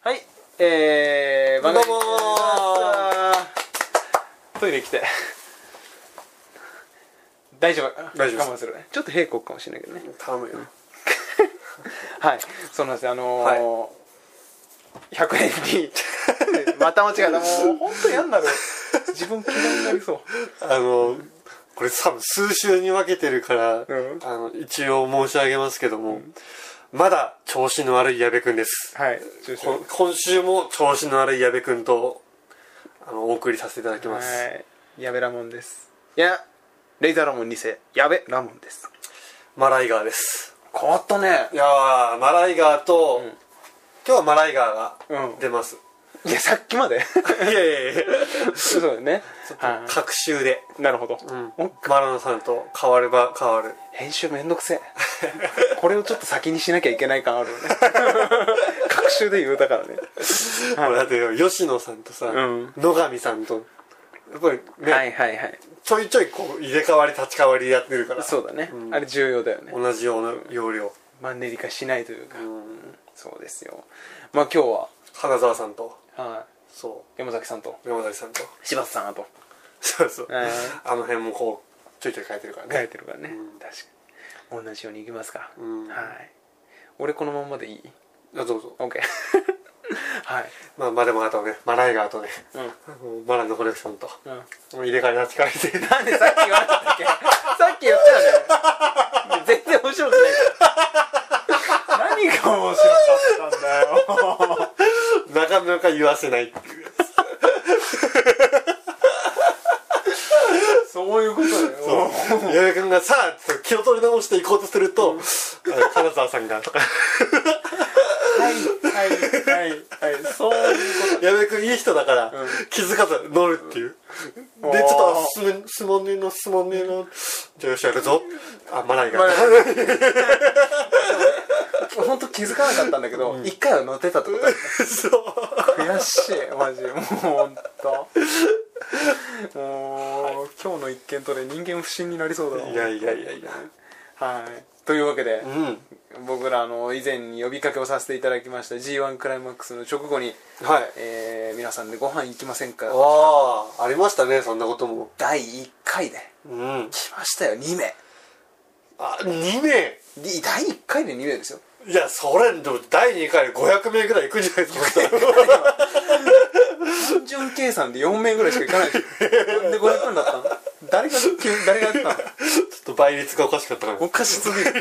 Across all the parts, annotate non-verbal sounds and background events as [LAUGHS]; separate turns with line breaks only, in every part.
はい、えー、
どうも
[LAUGHS]
ー
トイレ来て。大丈夫
大丈夫です
我慢する。ちょっと平行かもしれないけどね。
頼むよ
はい、そうなんですよ。あのー100円
[LAUGHS]
に、また間違えた。もう、本当嫌になる。自分嫌いになりそう。
あのこれ多分数週に分けてるから、
ん
あの一応申し上げますけども、まだ調子の悪い矢部くんです
はい、注
こ今週も調子の悪い矢部くんとあのお送りさせていただき
は
ます、
い、やべラモンです。いや、レイザーラモン2世、やべラモンです。
マライガーです
変わったね
い。やーマライガーと、
ん
今日はマライガー
うん
が出ます、
いや、さっきま
[LAUGHS]
で。
いやいやいや
そうだよね。はい
隔週で、
なるほど、お
マラノさんと変われば変わる
編集めんどくせえこれをちょっと先にしなきゃいけない感あるよね隔週で言うだからね
もうだって吉野さんとさ、
うん
野上さんとやっぱりね、
はいはいはい
ちょいちょいこう入れ替わり立ち替わりやってるから
そうだね、
ん
あれ重要だよね
同じような要領、
マンネリ化しないというか、
うん、
そうですよまあ今日は、
花澤さんと
は
そ
い、山崎さんと
う山崎さんと [LAUGHS]
柴田さんと
そうそう、
はい
あの辺もこうちょいちょい変えてるからね
書いてるからね、
うん
確かに同じようにいきますか、
うん
はい俺このまんまでいい
あどうぞ
?OK [LAUGHS] はい、
まあまあでもあとねマライガーとね
うん
もうマラのコレクションと
うん
もう入れ替わり立ち替わりで [LAUGHS]
なんでさっき言わなかったっけさっき言ったよね全然面白くない何が面白かったんだよ
なかなか言わせない
[LAUGHS]
っていう
そういうことだよ
矢部君がさあって気を取り直していこうとすると、あの金沢さんがとか
はいはいはいはいそういうこ
[LAUGHS] 矢部君いい人だから、
うん
気づかず乗るっていう、
うんお
でちょっと
ー
あ「すめすまねえなすまねえな」じゃあよしやるぞあマライが、
まあと本当気づかなかったんだけど一、回は乗ってたってことだよね
[LAUGHS] そう
悔しいマジもう本当もう、今日の一件とで人間不信になりそうだわ
いやいやいやいや
はいというわけで、
うん
僕らあの以前に呼びかけをさせていただきました g 1クライマックスの直後に、
はい
えー皆さんでご飯行きませんか
ああありましたねそんなことも
第1回で
うん
来ましたよ2名
あ2名
り第1回で2名ですよ
いやそれでも第2回で500名ぐらいいくんじゃないです [LAUGHS] か
単純計算で4名ぐらいしか行かないでしょなんで500分だったの誰が急誰がやったの
ちょっと倍率がおかしかったから
おかしすぎる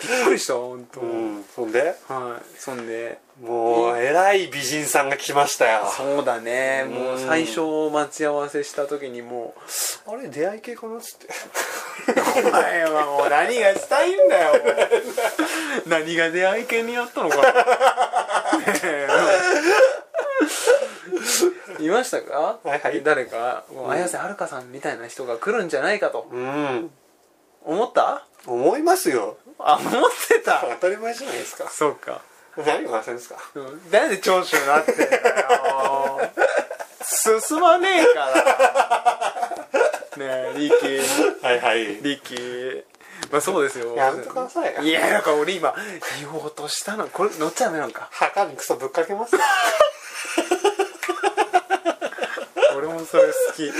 びっくりした本当、
うんそんで
はいそんで
もう偉い美人さんが来ましたよ
そうだねもう最初待ち合わせした時にもう
あれ出会い系かなっつって
お前はもう何がしたいんだよもう [LAUGHS] 何が出会い系にやったのかなねえ [LAUGHS] いましたか、
はいはい
誰かもう綾瀬はるかさんみたいな人が来るんじゃないかと
[LAUGHS] うん
思った
思いますよ
あ思ってた
当たり前じゃないです [LAUGHS] か
そうか
何が焦るんですか
うんなんで長州になってんだよ進まねえ [LAUGHS] からねえリキ
はいはい
リキまあそうですよ
やめてください
いやなんか俺今言おうとしたのこれ乗っちゃダメなんか
墓にクソぶっかけますよ
俺もそれ好き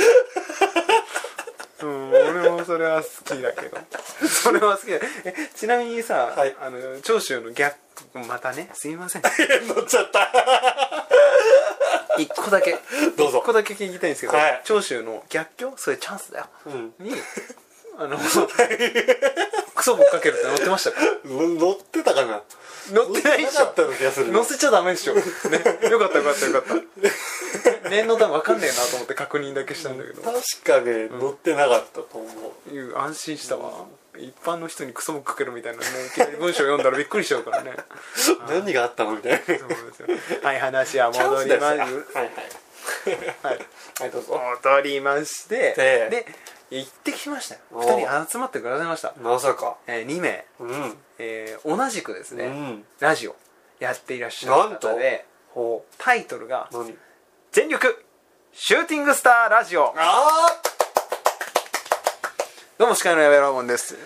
うん俺もそれは好きだけどそれは好きだえちなみにさ、
はい
あの長州のギャグまたねすいません
[LAUGHS] 乗っちゃった
一個だけ
どうぞ
一個だけ聞きたいんですけど、
はい
長州の逆境それチャンスだよ
うん
にあのクソぶっかけるって乗ってましたか
乗ってたかな
乗ってないでし
乗
ょ
ってなかったような気がするな
乗せちゃダメで
[LAUGHS]
しょ、ね、よかったよかったよかった念のため分かんねえなと思って確認だけしたんだけど
確かね、乗ってなかったと思う
いう安心したわ一般の人にクソぶっかけるみたいなねいきなり文章読んだらびっくりしちゃうからね
何があったのみたい [LAUGHS] な
そうですよはい話は
チャン
戻
ス
り
です
ま
はい
す
はい
はい
はいどうぞ
戻りまして
で
で行ってきましたよ
お
2人集まってくださいました、
まさか
え2名
うん
えー同じくですね、
うん
ラジオやっていらっしゃる方で
ほ
タイトルが
う何
「全力シューティングスターラジオ
あ」
どうも司会の矢部ラボンです
ー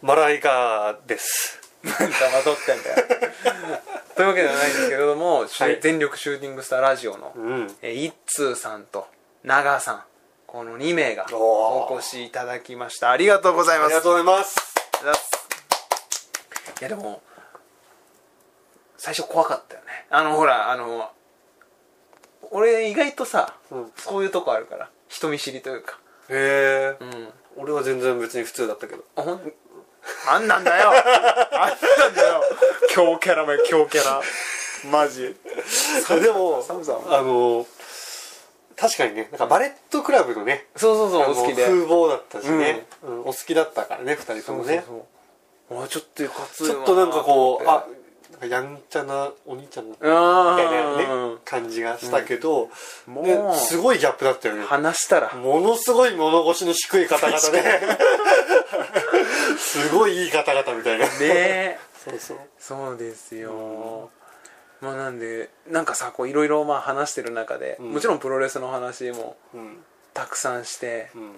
マライガーです
何騙そってんだよ [LAUGHS] というわけではないんですけれども、シュ
はい
全力シューティングスターラジオの、
うん
えー一通さんと長さんこの2名が
おー
お越しいただきましたありがとうござい
あ
ま
り
す
がとうございます
いやでも最初怖かったよねあのほらあの俺意外とさ、
うん
そういうとこあるから人見知りというか
へ
う
え、
ん
俺は全然別に普通だったけど
あほんあんなんだよあんなんだよ強キャラめ強キャラマジ
でも
サムさんは
あの確かにねなんかバレットクラブのね
そうそうそうお好きで
あの風貌だったしね、うんお好きだったからね2人と
そ
も
うそう
ね
そうあちょっといかつい
ち
わ
ょっとなんかこう
あ
あなんかやんちゃなお兄ちゃんみたいな
う
ね
ん
感じがしたけど、
も
ね
う
すごいギャップだったよね
話したら
ものすごい物腰の低い方々ですごいいい方々みたいな
ねえ
そうそう
そうですよ、まあなんでなんかさこういろいろまあ話してる中で、
ん
もちろんプロレスの話も
うん
たくさんして、
うん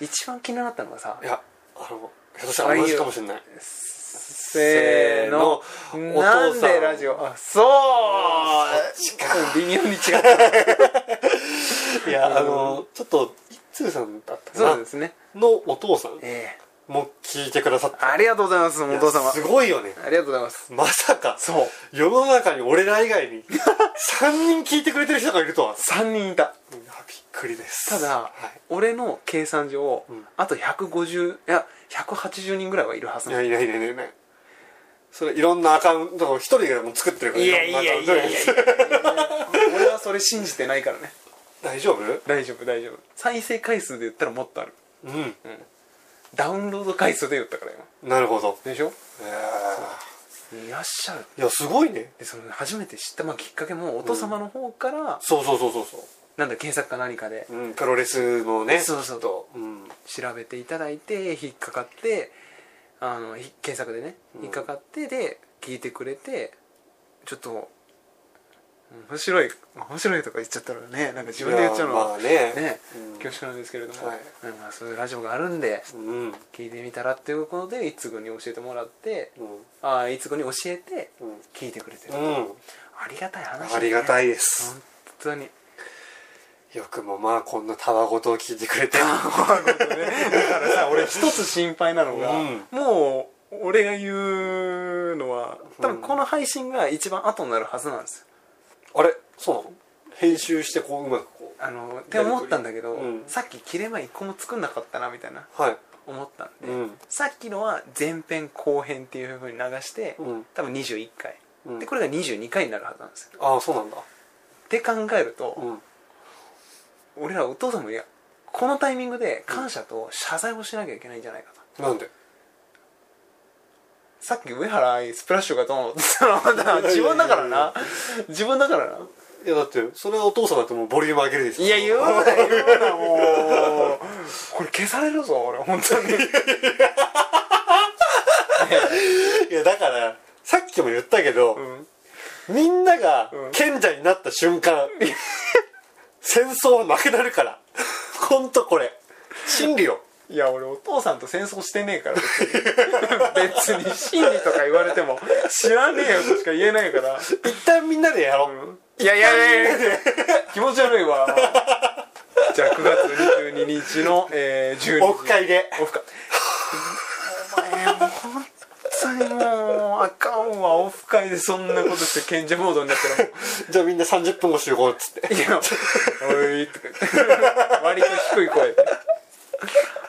一番気になったのがさ
いやあのひょっとしたら同じかもしれない
せーの
せーの
な
お父
ん
さん
でラジオあそう微妙に違った
いやあのちょっと一通さんだったかな
そうですね
のお父さん
え
も聞いてくださっ
え
た
ありがとうございますお父様
いやすごいよね
ありがとうございます
まさか
そう
世の中に俺ら以
[LAUGHS]
外に3人聞いてくれてる人がいるとは
3人いた
いやびっくりです
ただ、
はい
俺の計算上、
ん
あと150いや180人ぐらいはいるはず
い
なの
やいやいやいやいやそれいろんなアカウントを一人でも作ってるから
いやいやいや
ろん
い
なア
や
カウン
い
ト
や
で
[LAUGHS] 俺はそれ信じてないからね
大丈夫うん
大丈夫大丈夫再生回数で言ったらもっとあるダウンロード回数で言ったから今
なるほど
でしょ
え
いらっしゃる
ーいやすごいね
でその初めて知った、まあ、きっかけもお父様の方から、
そうそうそうそうそ
なんだ検索か何かで
う、うん、プロレスのね
そうそう
とうん
調べていただいて引っかかってあのひ検索でね
うん
引っかかってで聞いてくれてちょっと面白い面白いとか言っちゃったらねなんか自分で言っちゃうの
いやま
は
あ
ね、
ねうん
恐縮なんですけれども、
はい
うんまあ、そういうラジオがあるんで
うん
聞いてみたらっていうことでいつぐに教えてもらって
うん
ああいつぐに教えて
うん
聞いてくれてる、
うん
ありがたい話だね、
ありがた
い
いです
本当に
よくもまあこんなたわごとを聞いてくれて
だからさ俺一つ心配なのが、
うん
もう俺が言うのは多分この配信が一番後になるはずなんですよ
あれそうなの編集してこううまくこ
あのって思ったんだけど、
うん
さっき切れ前一個も作んなかったなみたいな
うはい
思ったんで、
うん
さっきのは前編後編っていうふうに流して、
うん
多分21回、
うん
でこれが22回になるはずなんですよ
ああそうなんだ
って考えると、
うん
俺らお父さんもいやこのタイミングで感謝と謝罪をしなきゃいけないんじゃないかと、
なんで
さっき上原愛スプラッシュがどうのって言ったのは自分だからな自分だからない
やだってそれはお父さんだってもうボリューム上げるでしょ
いや言うな言うなもうこれ消されるぞ俺本当に
[LAUGHS] いやだからさっきも言ったけど、みんなが
うん
賢者になった瞬間、戦争はなくなるからほんとこれ真理よ
いや俺お父さんと戦争してねえから別に [LAUGHS] 別に真理とか言われても知らねえよとしか言えないから
一旦みんなでやろう、
いやいやいやいや気持ち悪いわじゃあ9月22日の、えー、12時
オフ会で
オフ会お前もう本当にもうあかんわオフ会でそんなことして賢者モードになったらも
じゃあみんな30分後集合っつって
う「いやおい」とか言って割と低い声で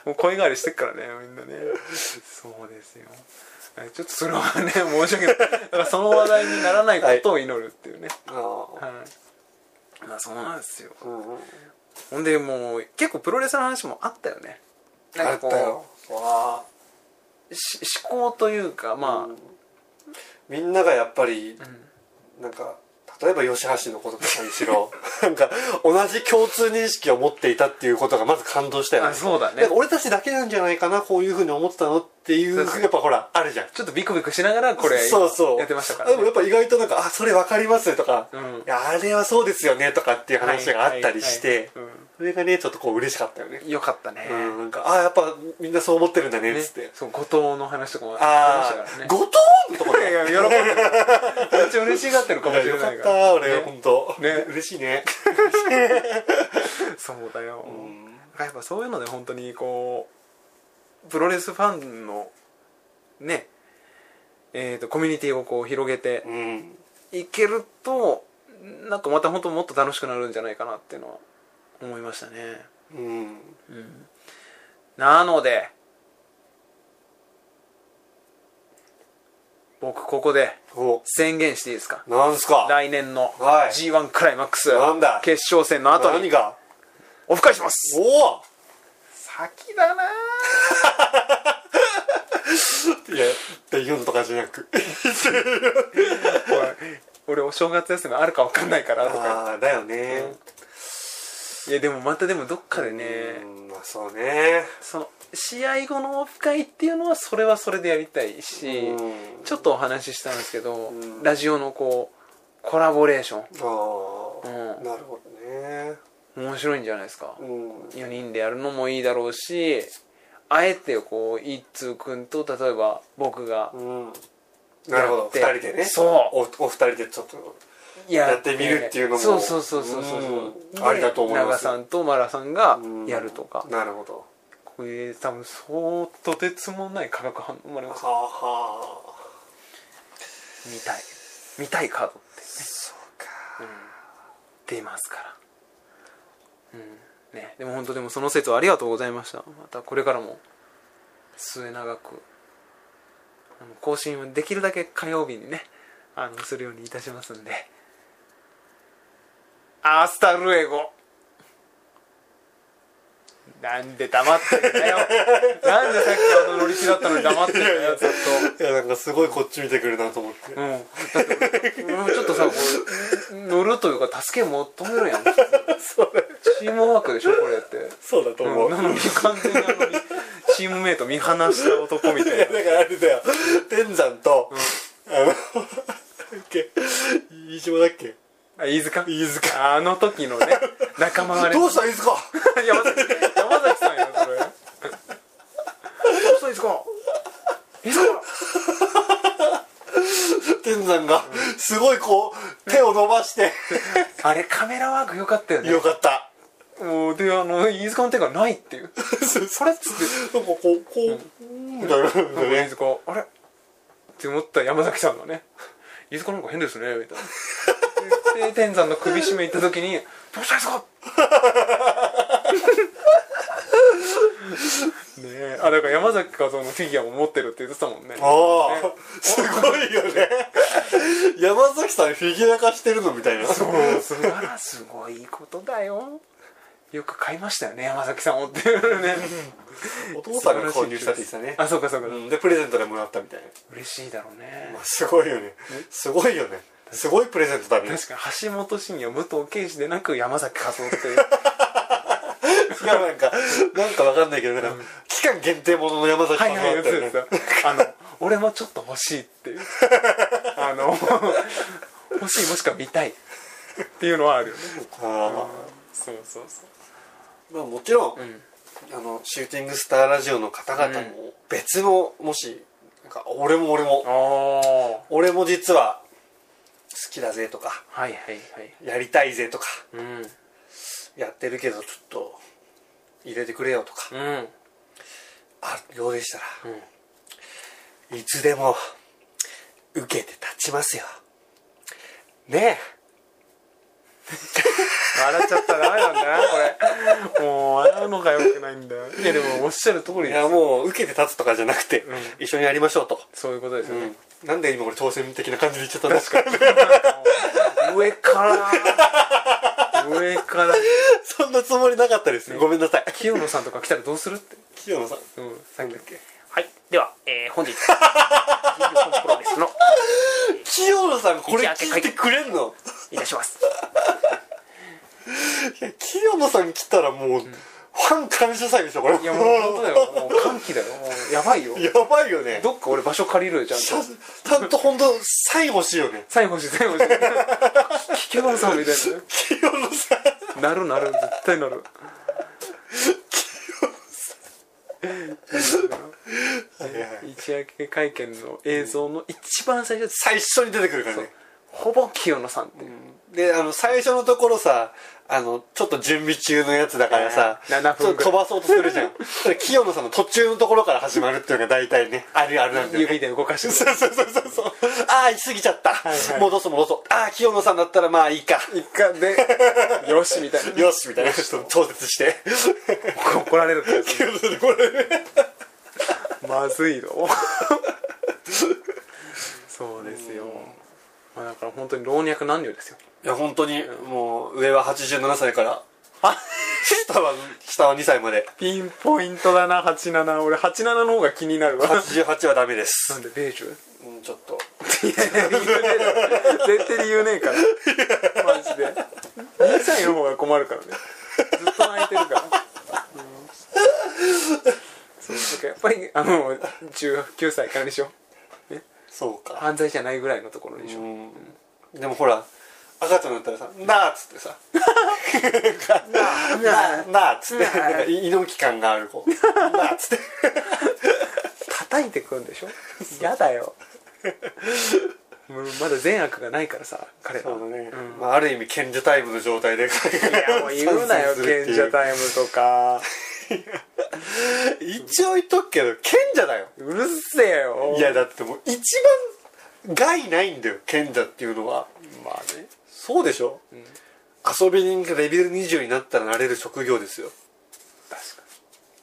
もう声変わりしてっからねみんなねそうですよちょっとそれはね申し訳ないだからその話題にならないことを祈るっていうね、
ああ
はい、まあそうなんですよ
うんうん
ほんでもう結構プロレスの話もあったよね
あったよわあ
し思考というかまあ、
みんながやっぱり、なんか例えば吉橋のこととかにしろ [LAUGHS] なんか同じ共通認識を持っていたっていうことがまず感動したよね
あそうだね
なんか俺たちだけなんじゃないかなこういうふうに思ってたのっていう
そうそう
やっぱほらあるじゃん
ちょっとビクビクしながらこれ
そうそう
やってましたから、ね、
でもやっぱ意外となんか「あそれ分かります」とか、
うん
いや「あれはそうですよね」とかっていう話があったりして、
はいはいはいうん
それがねちょっとこう嬉しかったよね、
よかったね,、
うんなんか「あやっぱみんなそう思ってるんだね」っ
ね
つって、
そう後藤の話とかも
あ
ありました
あ
からね
後藤喜ぶところ
いや喜んでるめっちゃ嬉しがってるかもしれ
よか
ない
っ
から
た俺
ね
本当
ね
嬉しいね
そうだよ、
ん
やっぱそういうので本当にこうプロレスファンのねえー、とコミュニティをこう広げて
うん
いけるとなんかまた本当もっと楽しくなるんじゃないかなっていうのは思いましたね
うん
うんなので僕ここで
お
宣言していいですか
なんすか
来年の
はい
g 1クライマックス
なんだ
決勝戦の後
何
に
が
オフ会します
おお
先だない
や第4とかじゃ
[LAUGHS]
なく
俺お正月休みあるか分かんないからとか
ああだよね
いやでもまたでもどっかでね
うんまあそうね
その試合後のオフ会っていうのはそれはそれでやりたいし
うん
ちょっとお話ししたんですけど
ん
ラジオのこうコラボレーショ
ああ
うん
なるほどね
ン面白いんじゃないですか
うん
4人でやるのもいいだろうしあえてこう一通君と例えば僕が
うんなるほ
や
ど
って
2人でね
そう
おお二人でちょっとやってみるっていうのも
そうそうそうそうそう
うん
で
ありだと思います
長さんとマラさんが
うん
やるとか
なるほど
これ多分そうとてつもない化学反応生まれ
は
ます
あはあ
見たい見たいカードって
そうか
出ますからうんねでも本当でもその説はありがとうございましたまたこれからも末永くあの更新はできるだけ火曜日にねあのするようにいたしますんでアスタルエゴなんで黙ってんだよなんでさっきあの乗り気だったのに黙ってんだよずっと
いやなんかすごいこっち見てくるなと
[LAUGHS]
思って
うん、だって俺もちょっとさこう乗るというか助け求めるやん
それ
チームワークでしょこれって、
そうだと思う、
うんなのに完全にあのチームメイト見放した男みたい
いや
な
だからあれだよ天山と、あのなんだっけ飯島だっけ
あ飯塚
飯塚
あの時のね [LAUGHS] 仲間割れ
どうした飯塚
山崎山崎さんやそれどうした飯塚飯塚
天山がすごいこう手を伸ばして
あれカメラワークよかったよね
よかった
もうであの飯塚の手がないっていう [LAUGHS] それっつって
なんかこうこう、みたいな
なんか飯
ね
塚あれって思った山崎さんがね「飯塚なんか変ですね」みたいなで天山の首絞め行った時に「どうしたんですか?」ねえあだから山崎和夫のフィギュアも持ってるって言ってたもんね
ああ、すごいよね山崎さんフィギュア化してるのみたいな
そうそれならすごいことだよよく買いましたよね山崎さんをっていうね
お父さんが購入したって言ってたね
あそうかそうか、
うんでプレゼントでもらったみたいな
嬉しいだろうね、
まあすごいよねすごいよねすごいプレゼントだね
確かに橋本真也武藤敬司でなく山崎和夫っていう
いやなんかなんかわかんないけどなんか期間限定ものの山崎さ
は
ん
い
が
はい
あ
や
っ
つ
たよね
ですよ [LAUGHS] あの俺もちょっと欲しいっていう [LAUGHS] あの欲しいもしくは見たいっていうのはあるよね
あ
そうそうそう
ーまあもちろん、
ん
あのシューティングスターラジオの方々も別のもしなんか俺も俺も
ああ
俺も実は好きだぜとか
はいはいはい
やりたいぜとか
うん
やってるけどちょっと入れてくれよとか、
うん
あるようでしたら、いつでも受けて立ちますよねえ
笑っちゃったらダメなんだなこれもう笑うのがよくないんだいやでもおっしゃる通り
い
で
や
す
もう受けて立つとかじゃなくて、一緒にやりましょうと、
そういうことですよね、
なんで今俺挑戦的な感じで言っちゃったんですか
上から上から
そんなつもりなかったです、ごめんなさい
清野さんとか来たらどうするって
清野さん
うんさっきだっけ
はい。では、えー、本
[LAUGHS]
日、プロレスの、
清野さんこれ聞いてくれんの
いたします。
いや清野さん来たらもう、ファン感謝祭でしょこれ
いやもう本当だよもう歓喜だよもうやばいよ
[LAUGHS] やばいよね
どっか俺場所借りるよちゃん
ちゃ
と
んちゃんと本当サイン欲しいよね
最後し最後し聞けばさんみたい
清野さん
ななるなる絶対なる
はいはい
一夜明け会見の映像の一番最初で
最初に出てくるから
そう
ね
ほぼ清野さんっていう、
であの最初のところさあのちょっと準備中のやつだからさ
えー7分
ちょっと飛ばそうとするじゃ
[LAUGHS]
んそれ清野さんの途中のところから始まるっていうのが大体ねあるあるなんだよね
指で動かして
そうそうそうそうそうああ行き過ぎちゃった、
いはい
戻そう戻そうああ清野さんだったらまあいいか
一回でよしみたい
よしみたいなちょっと調節
[LAUGHS]
して
な怒られるから
清野さんこれ
まずいのそうですよ、まあ、だから本当に老若男女ですよ
いや本当にもう上は87歳から下は下は2歳まで
ピンポイントだな87俺87の方が気になるわ
88はダメで
な
す
んでベージュ
うんちょっと
いや理由ねえだろ絶対理由ねえからマジで2歳の方が困るからねずっと泣いてるから、うんそうだからやっぱりあの19歳からでしょ
そうか
犯罪じゃないぐらいのところでしょ、
うんでもほら赤ちゃんだったらさ「なあ」っつってさ「なあ」なあっつってなん [LAUGHS] か猪木感がある
[LAUGHS]
子「なあ」っつって
叩いてくんでしょ嫌だよもうまだ善悪がないからさ彼ら
そうだ
は
ね、まあ、ある意味賢者タイムの状態でい
いやもう言うな
[LAUGHS]
よ賢者タイムとか
一応言っとくけど賢者だよ
うるせえよ
いやだってもう一番害ないんだよ賢者っていうのは
まあね
そうでしょ、遊び人がレベル20になったらなれる職業ですよ
確かに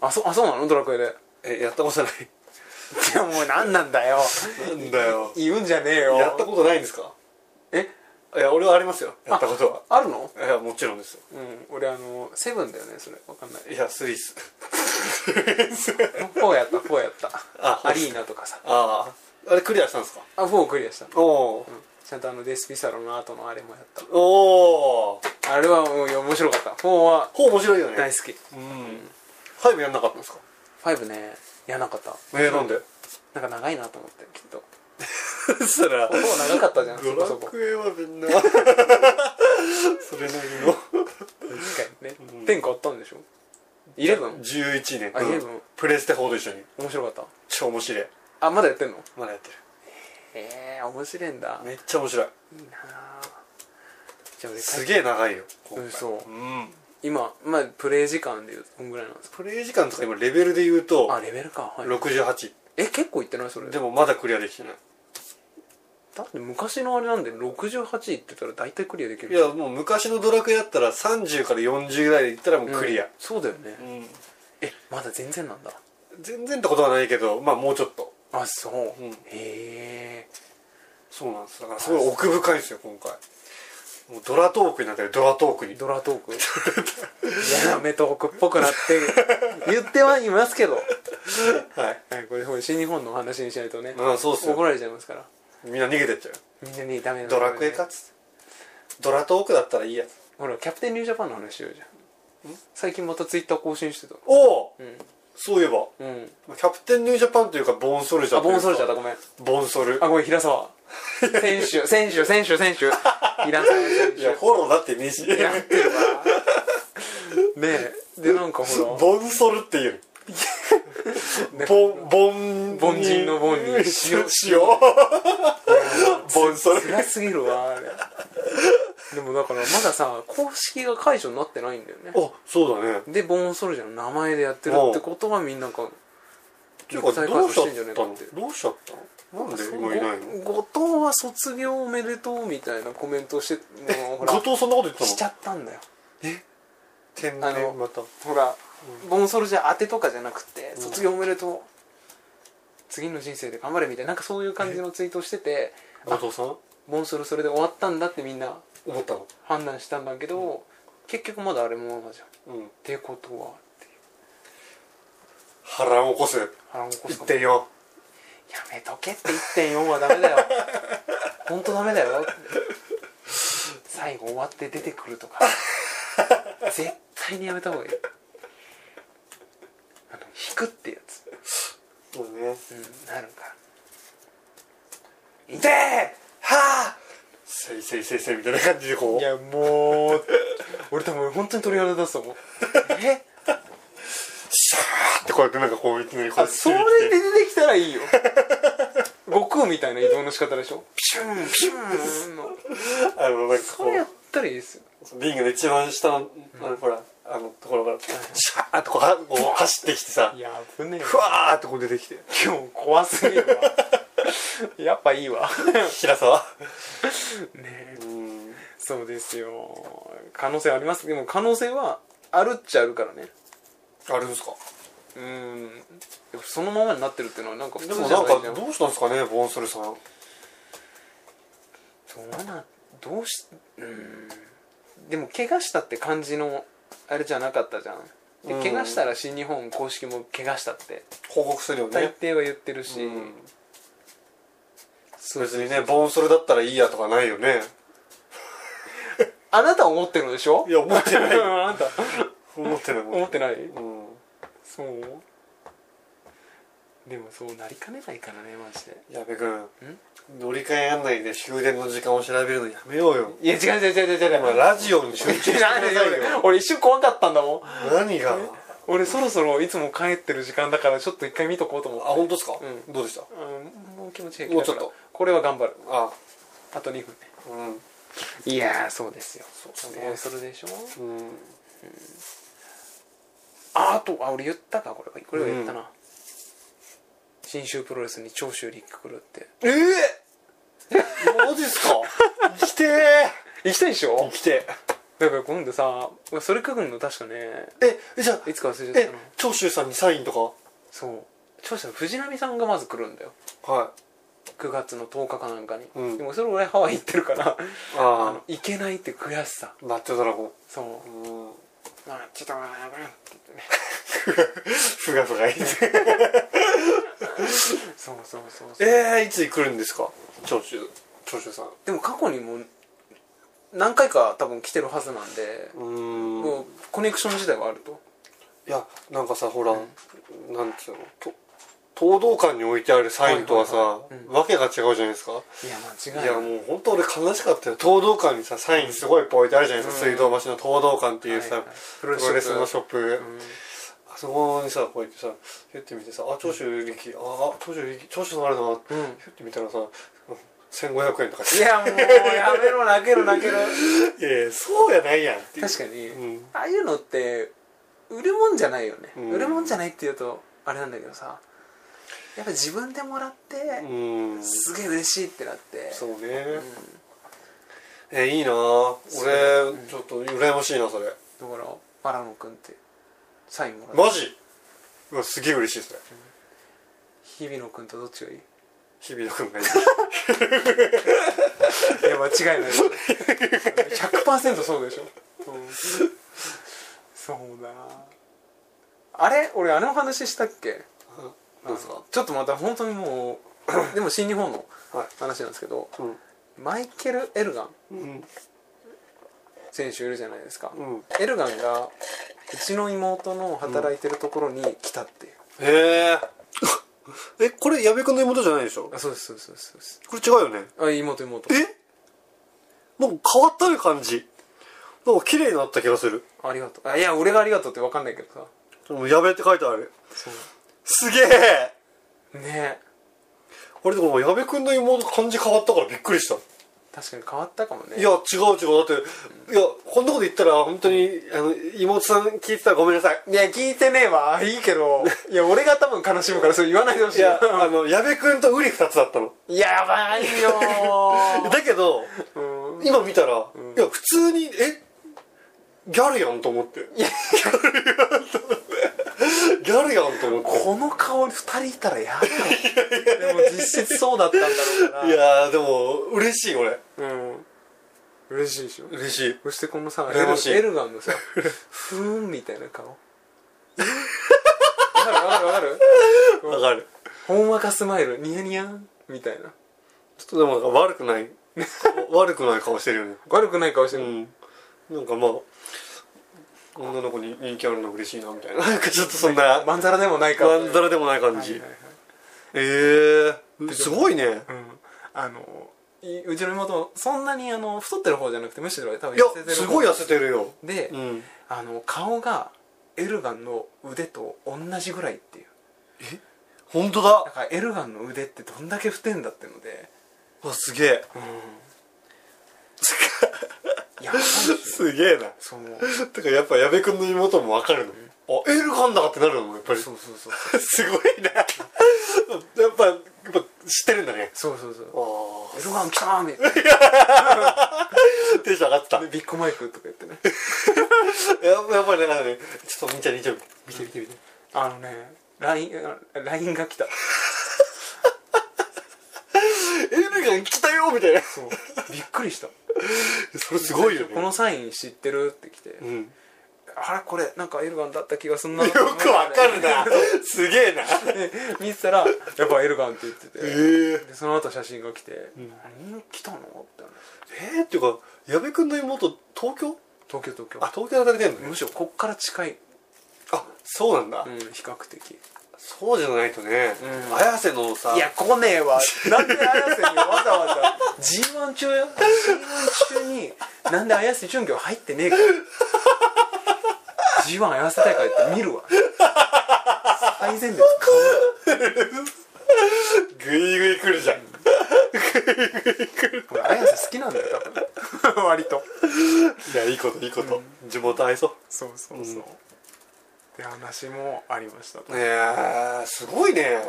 あそあそうなのドラクエで
えやったことない
いやもう何なんだよ
なんだよ
言うんじゃねえよ
やったことないんですか
え
いや俺はありますよやったことは
あるの
いやもちろんですよ
うん俺あのセブンだよねそれわかんない
いやスイス
フォーやったフォーやった
あ
アリーナとかさ
[LAUGHS] あああれクリアしたんですか
あフォークリアした
おお、
ちゃんとあのデスピサロの後のあれもやっ
おお
たあれはもう面白かったフォーは
ほう面白いよね
大好き
うんハイブやんなかったんですか
ファイブねやらなかった
えー、なんで
なんか長いなと思ってきっと
そしたら
フォー長かったじゃんそこそ
ド
こ
ラクエはみんな [LAUGHS] それなり
確かにね天下あったんでしょ 11?
の11年
あゲー
う
ム
んプレステ4と一緒に
面白かった
超面白い
あまだやってんの
まだやってる
へえ面白いんだ
めっちゃ面白い
いいなあじゃあ俺
すげえ長いよ今回
嘘
うん
今まあプレイ時間でいうとこんぐらいなんですか
プレイ時間とか今レベルで言うと
あレベルかはい
68
え結構いってないそれ
でもまだクリアできてない
だって昔のあれなんで68いってたら大体クリアできる
いやもう昔のドラクエだったら30から40ぐらいでいったらもう
うん
クリア、
そうだよね
うん
えまだ全然なんだ
全然ってことはないけどまあもうちょっと
あそう
うん
へえ
そうなんですだからすごい奥深いんですよ今回もうドラトークになってるドラトークに
ドラトーク [LAUGHS] 嫌なメトークっぽくなって言ってはいますけど、
はい
はい、これほん新日本のお話にしないとね
まあそうっす
怒
よ
られちゃいますから
みんな逃げてっちゃうよ
みんなにダメな
ドラクエかっつってドラトークだったらいいやつ
ほらキャプテンニュージャパンの話しようじゃん最近またツイッター更新してた
おお、
ん
そういえば
うん
キャプテンニュージャパンというかボーンソルジャ
あ
ーとい
ボ
う
ーンソ
か
ルジャーだごめん
ボーンソル
あごめん平沢選手 [LAUGHS] 選手選手選手平沢選
いやフォローだってねえし
手やってるわねえでなんかほ
[LAUGHS] ボンソルっていう
[LAUGHS] ね
ボンボン
凡人の凡に
塩
[LAUGHS]
塩ボンソ
ら
ル
辛すぎるわあれでもだからまださ公式が解除になってないんだよね
あそうだね
でボーンソルジャーの名前でやってるってことはみんなが
ていうかどうしち
国際開発し
ゃったの
てんじゃねえかって
どうしちゃったのなんで今いないの
後藤は卒業おめでとうみたいなコメントしてもうほら
後藤そんなこと言ってた
しちゃ
の
ったんだよ
天
あの
然また
ほら、ボンソルジャー当てとかじゃなくて卒業おめでとう、次の人生で頑張れみたいななんかそういう感じのツイートをしてて
後藤さん
ボンソルそれで終わったんだってみんな
思ったの
判断したんだけど、結局まだあれもままじゃんっ
うん
てことはっていう
波乱を起こす
腹を起こすかもや
1.4
めとけって1.4はダメだよ [LAUGHS] ほんとダメだよ最後終わって出てくる [LAUGHS] とか絶対にやめた方がいいあの引くってやつ
そうね
うん、なるから痛えはあ
せいせいせいせいみたいな感じで
い
こ
うやもう俺多分本当に鳥肌出すと思うえ
シャーってこうやってなんかこういきなりこう
あそれで出てきたら [LAUGHS] いいよ悟空みたいな移動の仕方でしょ
ピュンピュ
う
ン
ん
あのなんか
そ
こ
れやったらいいですよ
うリングの一番下のあのほらあのところからシャーってこうはこう走ってきてさ
いや危ねえ
ふわーってこう出てきて
今日怖すぎるわ [LAUGHS] やっぱいいわ
[LAUGHS] 平沢
[LAUGHS] ねえ
うん
そうですよ可能性ありますでも可能性はあるっちゃあるからね
あれですか
うんそのままになってるっていうのはなんか普
で
通じ
も
ゃな
ないん
じゃん
かどうしたんですかねボンソルさん
どうなどうしうんでも怪我したって感じのあれじゃなかったじゃんで
うん
怪我したら新日本公式も怪我したって
報告するよ
大
ね
抵は言ってるし、
うん
そう
別にねボンソルだったらいいやとかないよね
あなたは思ってるでしょ
いや思ってない
あなた
[LAUGHS] 思ってない
思
思
っ
ってて
ない
ないうん
そうでもそうなりかねないからねマジで
矢部君乗り換え案内で終電の時間を調べるのやめようよ
いや違う違う違う違う違う
今ラジオに集中してく
な
ださ
ん
い
で [LAUGHS]
よ
俺一瞬怖かったんだもん
何が
俺そろそろいつも帰ってる時間だからちょっと一回見とこうと思
あ
って
本当ですか
う
どうでした
うんもう気持ち平気
も
だか
うちょ
ら
っと
これは頑張る
あ
あと2分ね
うん
いやーそうですよ
そう
そ
そう
うそれでしょ
うん
ああとあ俺言ったかこれはこれは言ったな、新州プロレスに長州力来るって
ええマジっすか来て
行きたいでし
ー
ょ
来て
だから今度さそれ書くの確かね
えじゃあ
いつか忘れちゃった
え
な
長州さんにサインと
そう長州さん藤波さんがまず来るんだよ
かは
9月の10日かなんかに、
うん
でもそれ俺ハワイ行ってるからあ
いあ
の行けないって悔しさ
あナッチョドラゴン
そう
ーん
う、あ、ちょっと待ってって言ってね
ふがふがいて
そうそうそうそう
ええいつ来るんですか長州長州さん
でも過去にも何回か多分来てるはずなんで、
うーん
もうコネクション自体はあると
いやなんかさほら、なんつうのと東道館に置いてあるサインとはさ、
はいはいはいうん
わけが違うじゃないですか、
いや間違
い
い
や
ない
もう本当俺悲しかったよ東道館にさサインすごいポイントあるじゃないですか、水道橋の東道館っていうさ、
はいはい
プロレスのショップ、
うん
あそこにさこうやってさひゅって見てさあ長州力、ああ長州力長州さんあるな、ひ
ん
ゅって見たらさ1500円とか
いやもうやめろ泣ける泣ける
[LAUGHS] いやいやそうやないやんっていう
確かに、
うん
ああいうのって売るもんじゃないよね、
うん
売るもんじゃないっていうとあれなんだけどさやっぱ自分でもらって、
うん
すげえ嬉しいってなって
そうね、
うん
えいいなぁ
そう
俺、ちょっと羨ましいなそれ
だからバラノ君ってサインもらって
マジうわすげえ嬉しいですね
日比野君とどっちがいい
日比野君がいい
いや間違いない100%そうでしょ、そうだなあれ俺あの話したっけ
どうですか
ちょっとまた本当にも [COUGHS] うでも新日本の
はい
話なんですけど
うん
マイケル・エルガン
うん
選手いるじゃないですか、
うん
エルガンがうちの妹の働いてるところに来たっていう、
へええこれ矢部君の妹じゃないでしょ
あそうですそうですそうですそうです
これ違うよね
あ妹妹
えなんか変わったね感じなんか綺麗になった気がする
ありがとうあいや俺がありがとうって分かんないけどさ
うん矢部って書いてある
そう
すげえ
ねえ
あれでも矢部君の妹感じ変わったからびっくりした
確かに変わったかもね
いや違う違うだっていやこんなこと言ったら本当にあの妹さん聞いてたらごめんなさい
いや、聞いてねえわ。いいけど。いや、俺が多分悲しむから、それ言わないでほしい。
いやあの矢部君とウリ二つだったの
やばいよ
だけど
[LAUGHS] ー、うん、
今見たら、いや普通にえギャルやんと思って
いや
ギャルやんと思って
この顔2人いたらやだよ。でも実質そうだったんだろうから。
いやーでも嬉しい俺
うん。嬉しいでしょ。
嬉しい
そしてこのさ、エ
羨ましい
ルエルガンのさ、ふーんみたいな顔。わかるわかるわかる
わかる
ほんわかスマイル、ニヤニヤみたいな。
ちょっとでもなんか悪くない
[LAUGHS]
悪くない顔してるよね
悪くない顔して
う
る。
んなんかまあ女の子に人気あるの嬉しいなみたいななんかちょっとそんな
まんざらでもない顔。
まんざらでもない感
はい
じ
はいはい
ええすごいね
うんあのいうちの妹もそんなにあの太ってる方じゃなくてむしろ多分
いや
痩せてる方
すごい痩せてるよ
で、
うん
あの顔がエルガンの腕と同じぐらいっていう
本当
だ
だ
からエルガンの腕ってどんだけ太いんだってので
うわすげえ
や [LAUGHS] ばい
[LAUGHS] すげえな
そう
[LAUGHS] だからやっぱ矢部君の妹もわかるのあエルガンだってなるのやっぱりす
そ
ご
うそうそう
[LAUGHS] いなやっぱやっぱ知ってるんだね
そうそうそう
ああ
エルガン来たーみたい
テンション上がってた
なでビッグマイクとか言ってね
やっぱやっぱりなんかねちょっとみちゃん見ちゃう見て見て見て
あのね LINE あ LINE が来た
エルガン来たよみたいな
そうびっくりした
[LAUGHS] それすごいよね
このサイン知ってるって来て、
[LAUGHS] うんよ
あれこれなんかエルガンだった気がすんな
くわかる [LAUGHS] なすげえな
で [LAUGHS] 見てたらやっぱエルガンって言ってて、
えー、
でその後写真が来て「何来たの?」って話
えー、っていうか矢部君の妹東京
東京東京
あ東京で働いてんの
む
ね
しろこっから近い、
あそうなんだ、
うん、比較的
そうじゃないとね、
うん
綾瀬のさ
いや来ねえわなんで綾瀬にわざわざ G1 中よ G1 中になんで綾瀬準拠入ってねえか G1 綾瀬大会って見るわ最前列買うわ
グイグイ来るじゃん、
俺綾瀬好きなんだよ多分 [LAUGHS] 割と
いやいいこといいこと、地元愛そ
そうそうそう、
うん
って話もありました
うねえすごいね、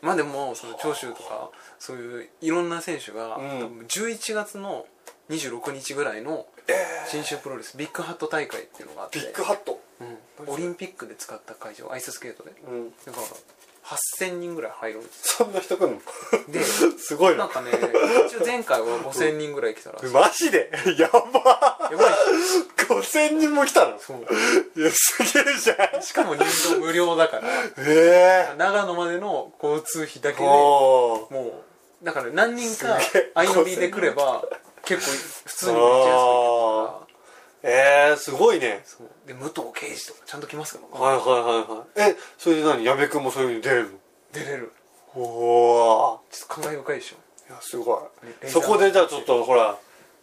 まあでもその長州とかそういういろんな選手が、
うん
多分11月の26日ぐらいの新州プロレスビッグハット大会っていうのがあって
ビッグハット
うん、オリンピックで使った会場アイススケートで
うん
だから8000人ぐらい入るんです
そんな人来ん [LAUGHS] の
です
[LAUGHS] ごい
なん
な
かね一応前回は5000人ぐらい来たらしい、
マジで [LAUGHS] やば
やばい
5000人も来たの
そう
いやすげえじゃん
しかも入場無料だから
ええ
長野までの交通費だけでも
おー
うだから何人か
すげえ
相乗りで来れば結構普通にめっちゃ安い
あ
から
ええすごいね
そうで武藤敬司とかちゃんと来ますから、
はいはいはいはいえそれで何矢部君もそういうふうに出れるの
出れる
おお
ちょっと感慨深いでしょ
いやすご
ね
いそこでじゃあちょっとほら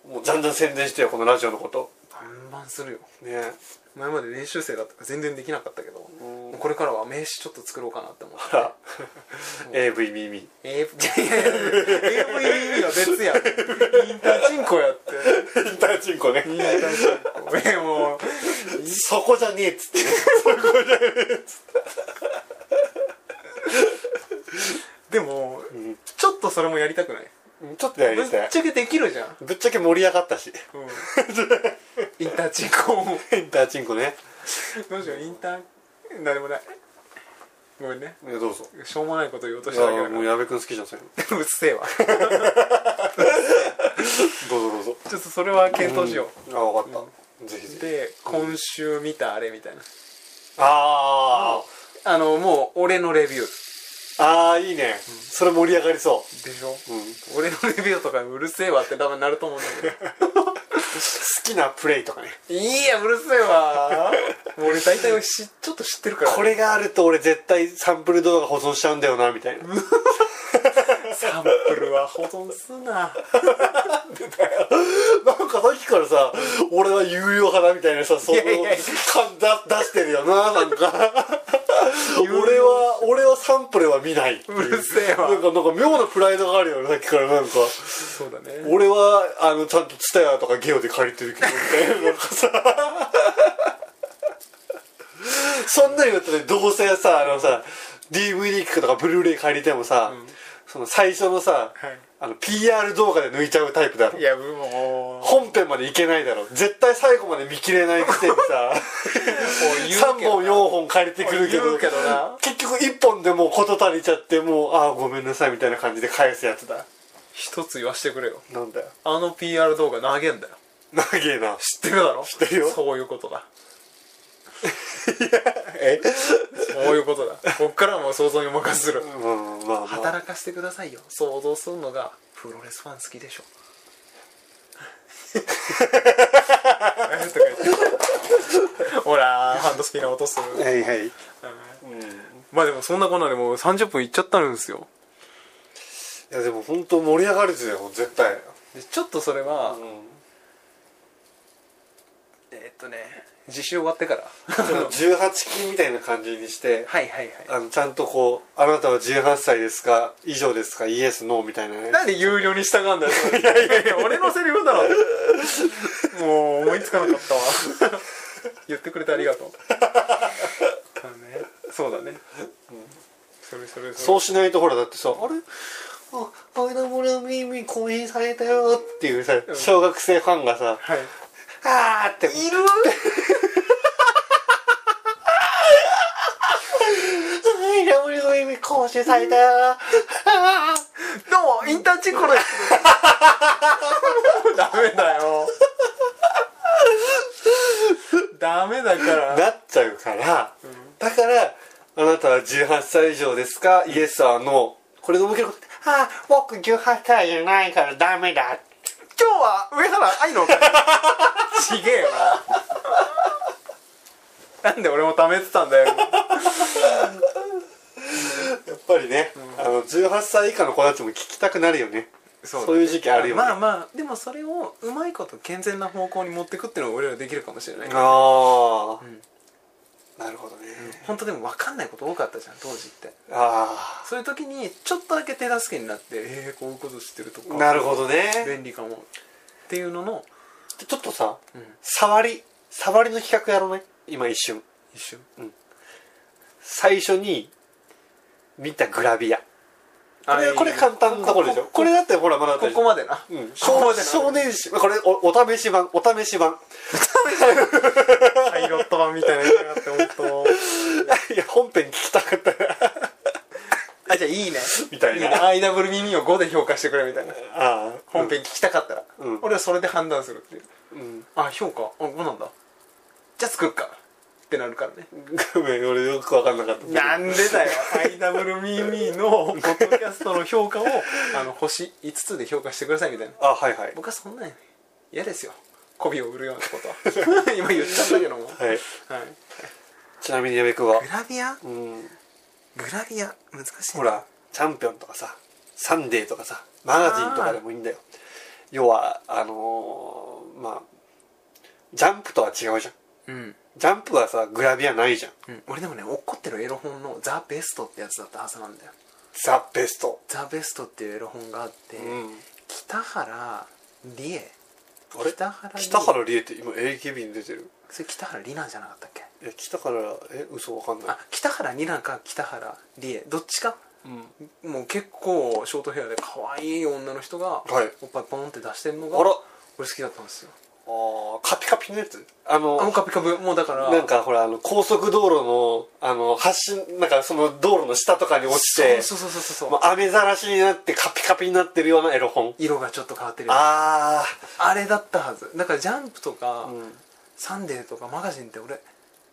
もうじゃんじゃん宣伝してよこのラジオのこと
バンバンするよ
ね
前まで練習生だったから全然できなかったけど
ん
これからは名刺ちょっと作ろうかなって思って
あら AV 耳
えー、いやいや AVB は別やんインターチンコやって
イ [LAUGHS] ンターチンコね
インターチンコえもう
そこじゃねえっつって
でも、ちょっとそれもやりたくない
ちょっとや
ぶ
り
った
い
ちゃけできるじゃん、
ぶっちゃけ盛り上がったし
うん、インターチンコも
インターチンコね
どうしようインター何でもないごめんね
いやどうぞ
しょうもないこと言おうと
い
しただけ
や
だか
もう矢部君好きじゃんそれ
らうっせえわち
どうぞどうぞ
ょっとそれは検討しよ
あ分かった、ぜひ
う、
ぜ
で今週見たあれみたいな
ひあ
あのもう俺のレビュー
ーあーいいね、それ盛り上がりそ
でしょ
う、うん、好
俺のレビューとかうるせえわって多分なると思うんだけど
きなプレイとかね
[LAUGHS] いいやうるせえわもう俺大体しちょっと知ってるから
これがあると俺絶対サンプル動画保存しちゃうんだよなみたいな
サンプルは保存すな
なんかさっきからさ俺は有料派だみたいなさその
いやいやいや
感出出してるよななんか
[LAUGHS] 有料
俺は俺はサンプルは見ないっていう
るせえわ
なんかなんか妙なプライドがあるよねさっきからなんか
そうだね
俺はあのちゃんとツタヤとかゲオで借りてるけどみたいななんかさそんなにだったらどうせさあのさ DVD とかブルーレイ借りてもさ、その最初のさ、
はい
あの PR 動画で抜いちゃうタイプだろ
いやもう
本編までいけないだろ絶対最後まで見切れないくせに
[LAUGHS]
さ3本4本借りてくるけ
言
ど
うけどな
結局1本でもう事足りちゃってもうああごめんなさいみたいな感じで返すやつだ
一つ言わしてくれよ
なんだよ
あの PR 動画投げんだよ
長えな
知ってるだろ知
ってるよ
そういうことだ
[LAUGHS] え
そういうことだこっからはもう想像にお任せする
うんまあまあ
働かせてくださいよ想像するのがプロレスファン好きでしょえとか言ってほらハンドスピナー落とす
はいはい
まあでもそんなこんなでもう30分いっちゃったんですよ
いやでも本当盛り上がるですよ絶対
でちょっとそれは、
うん
えーっとね自習終わ [LAUGHS] ってから
ちょっと18金みたいな感じにして
はいはいはい
あのちゃんとこう「あなたは18歳ですか以上ですかイエスノー」みたいな [LAUGHS] ね
なんで有料に従うんだよそれいやいやいや [LAUGHS] 俺のセリフだろもう思いつかなかったわ言ってくれてありがとうそうねそうだね、それそれ
そううしないとほらだってさ「あれあアイナモラミーミー更新されたよ」っていうさ小学生ファンがさ
はい
「あー」って
いる
「アイナモラミーミー更新されたよ」あー
どうもインターチェ [LAUGHS] コですダメだよダメだから
なっちゃうから、だから「あなたは18歳以上ですかイエスはノー」これが向けることで「ああ僕18歳じゃないからダメだ」
今日は上原愛の会ちげえよななんで俺も貯めてたん [LAUGHS] だよ
やっぱりね、あの18歳以下の子たちも聞きたくなるよねそういう時期あるよね
まあまあでもそれをうまいこと健全な方向に持っていくっていうのが俺らできるかもしれない、
ああ、
ん
なるほどね、
本当でも分かんないこと多かったじゃん当時って
あ
そういう時にちょっとだけ手助けになってええこういうこと知ってると
あ
か
なるほどね
便利かもっていうのの、
ちょっとさ
うん、
触り触りの企画やらない今一瞬
一瞬
最初に見たグラビアこれ
あ
これ
いいね
簡単なところでしょこれだってほらまだあっ
こ
たでしょ
こまでな、
うん、
ここまでな
少年誌これおお試し版お試し版
パイロット版みたいなのがあって本
いや本編聞きたかった
当 [LAUGHS] あじゃあいいね
みたいな
IW 耳を5で評価してくれみたいな
ああ
本編聞きたかったら、
うん
俺はそれで判断するっていう
うん
あ評価あ5なんだじゃあ作るかってなるからね
ごめん俺よく分かんなかった
なんでだよ IWME のポッドキャストの評価をあの星5つで評価してくださいみたいな [LAUGHS]
あはいはい
僕はそんなん嫌ですよ媚びを売るようなことは今言っちゃったけ [LAUGHS] ども、はい
はいちなみに矢部君は
グラビア
うん
グラビア難しい
ほらチャンピオンとかさサンデーとかさマガジンとかでもいいんだよ要はあのーまあジャンプとは違うじゃん
うん、
ジャンプはさグラビアないじゃん
うん、俺でもね怒ってるエロ本の「ザ・ベスト」ってやつだったはずなんだよ
ザ・ベスト
「ザ・ベスト」っていうエロ本があって、
うん
北原理恵
あれ
北原
北原理恵って今 AKB に出てる
それ北原里奈じゃなかったっけ
え北原え嘘わかんない
あ北原里奈か北原理恵どっちか
うん
もう結構ショートヘアで可愛い女の人が、
はい
おっぱいポンって出してるのが
あら
俺好きだったんですよ
あーカピカピのやつあ
あもう
の
カピカブもうだから
なんかほらあの高速道路のあの橋なんかその道路の下とかに落ちて
そうそうそうそうそう、
もう雨ざらしになってカピカピになってるようなエロ本
色がちょっと変わってるあ
あ
れだったはずだから「ジャンプ」とか、
あ、うん、
サンデー」とかマガジンって俺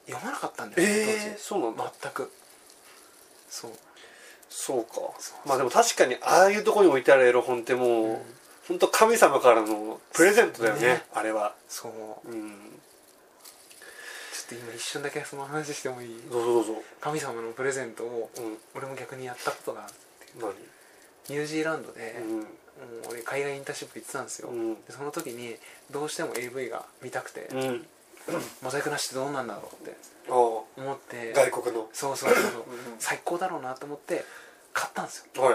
読まなかったんだよ、
ええそうなん
当
だ
時全くそう
そうか
そう
まあでも確かにああいうとこに置いてあるエロ本ってもう、本当神様からのプレゼントだよね
ね
あれは
そう
うん
ちょっと今一瞬だけその話してもいい
どうぞどうぞ
神様のプレゼントを
うん
俺も逆にやったことがある
何
ニュージーランドで、も
うん
う俺海外インターンシップ行ってたんですよ、
うん
でその時にどうしても AV が見たくて、
うん
モザイクなしってどうなんだろうって
ああ
思って
外国の
そうそうそうそう最高だろうなと思って買ったんですよ
はい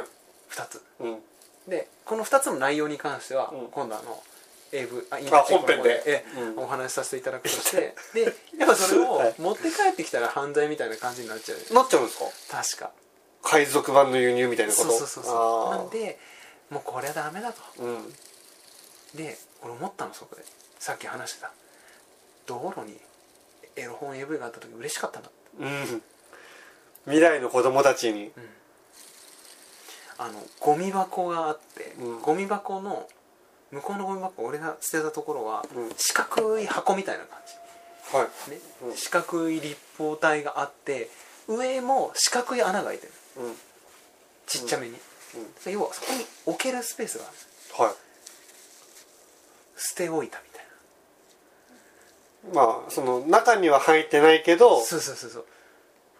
2つ
うん
でこの2つの内容に関しては、
うん
今度あの AV あイン
あ
チェックの方
本編で
ええ
うん
お話しさせていただくと
[LAUGHS]
してでやっぱそれを
はい
持って帰ってきたら犯罪みたいな感じになっちゃう
なっちゃうんですか
確か
海賊版の輸入みたいなこ
そ
と
うそうそうそうなん
で
でもうこれはダメだと
うん
で俺思ったのそこでさっき話してた道路にエロ本 AV があった時嬉しかったんだ
うん未来の子供たちに
あのゴミ箱があって、
うん
ゴミ箱の向こうのゴミ箱俺が捨てたところは、
うん
四角い箱みたいな感
はい
じ、ね
うん
四角い立方体があって上も四角い穴が開いてる
うん
ちっちゃめに、
うん
それ要はそこに置けるスペースがある
は
捨て置いたみたいない
まあその中には入ってないけど
そうそうそうそう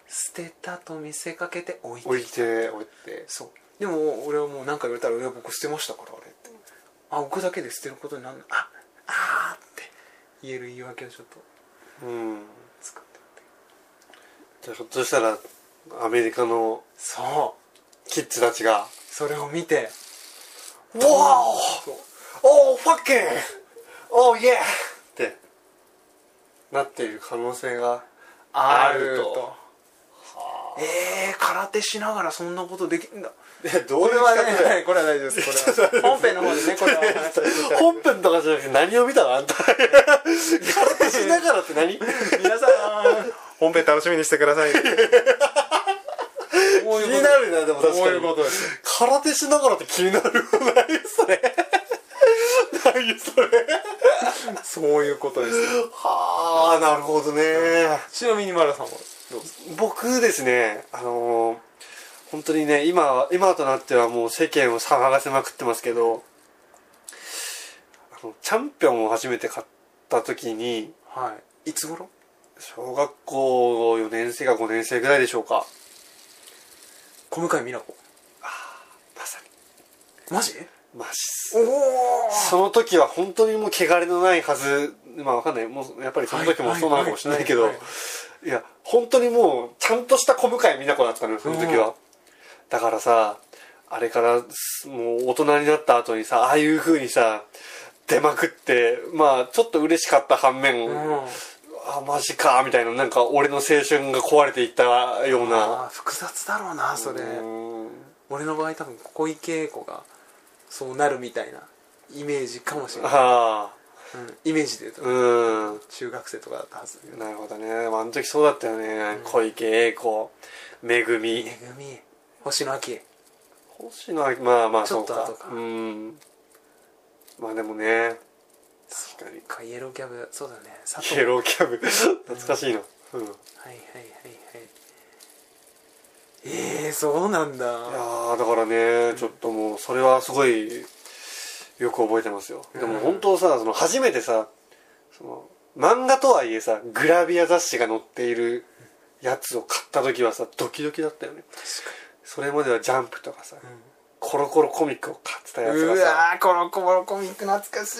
捨てたと見せかけて置いて
置いて置いて
そうでも俺はもう何か言われたら「いや僕捨てましたからあれ」ってあ置くだけで捨てることになんないああーって言える言い訳をちょっと
うん
作ってって
じゃあひょっとしたらアメリカの
そう
キッズたちが
それを見て
「わお
そう
おおファッキンおおイエー!」ってなっている可能性があると
えー、空手しながらそんなことできんだ
いやどう
こ
い
れ
う
は
企画だよ
ねこれは大丈夫です [LAUGHS] これは本編の方でねこれはお話しさせていただき
本編とかじゃなくて何を見たのあん [LAUGHS] た空手しながらって何
皆さん本編楽しみにしてください気
気
に
になるなでも確
こう
か
いうこ
に
とです
空手しながらって気になる何そ [LAUGHS] れ何それ
そういうことです
はあなるほどね
ちなみにマラさんはどうですか
僕ですねあのー本当にね今今となってはもう世間を騒がせまくってますけどあのチャンピオンを初めて買った時に
はいいつ頃
小学校4年生か5年生ぐらいでしょうか
小向井美奈子
まさに
マジ
まあ
おお
その時は本当にもう汚れのないはずまあわかんないもうやっぱりその時もそうなのかもしれないけど、
はいはいはい
いや本当にもうちゃんとした小向井美奈子だったのよその時は、
うん
だからさあれからすもう大人になった後にさああいう風にさ出まくってまあちょっと嬉しかった反面、
うん
あマジかみたいななんか俺の青春が壊れていったよう
あ
な
ー複雑だろうなそれ
うん
俺の場合多分小池栄子がそうなるみたいなイメージかもしれない、
ああ
うんイメージで言うと、
うん
中学生とかだったはずだけど
なるほどね。まあ、あの時そうだったよね。小池栄子、めぐみ。
めぐみ星野秋
星野、まあまあ、
ち
そ
ょっ
う
と
か。
後か
うん。まあでもね、
確
かに
かイエローキャブそうだね佐
イ
藤
エローキャブ、懐かしいな。う
は
ん。い
いはいはいはいえー、そうなん
や
だ
ーだからね、ちょっともう、それはすごい、よく覚えてますよ。でも本当さ、その、初めてさ、その、漫画とはいえさ、グラビア雑誌が載っているやつを買った時はさ、ドキドキだったよね。それまではジャンプとかさ、コロコロコミックを買ってたやつ
う
がさ、
わーコロコロコミック懐かしい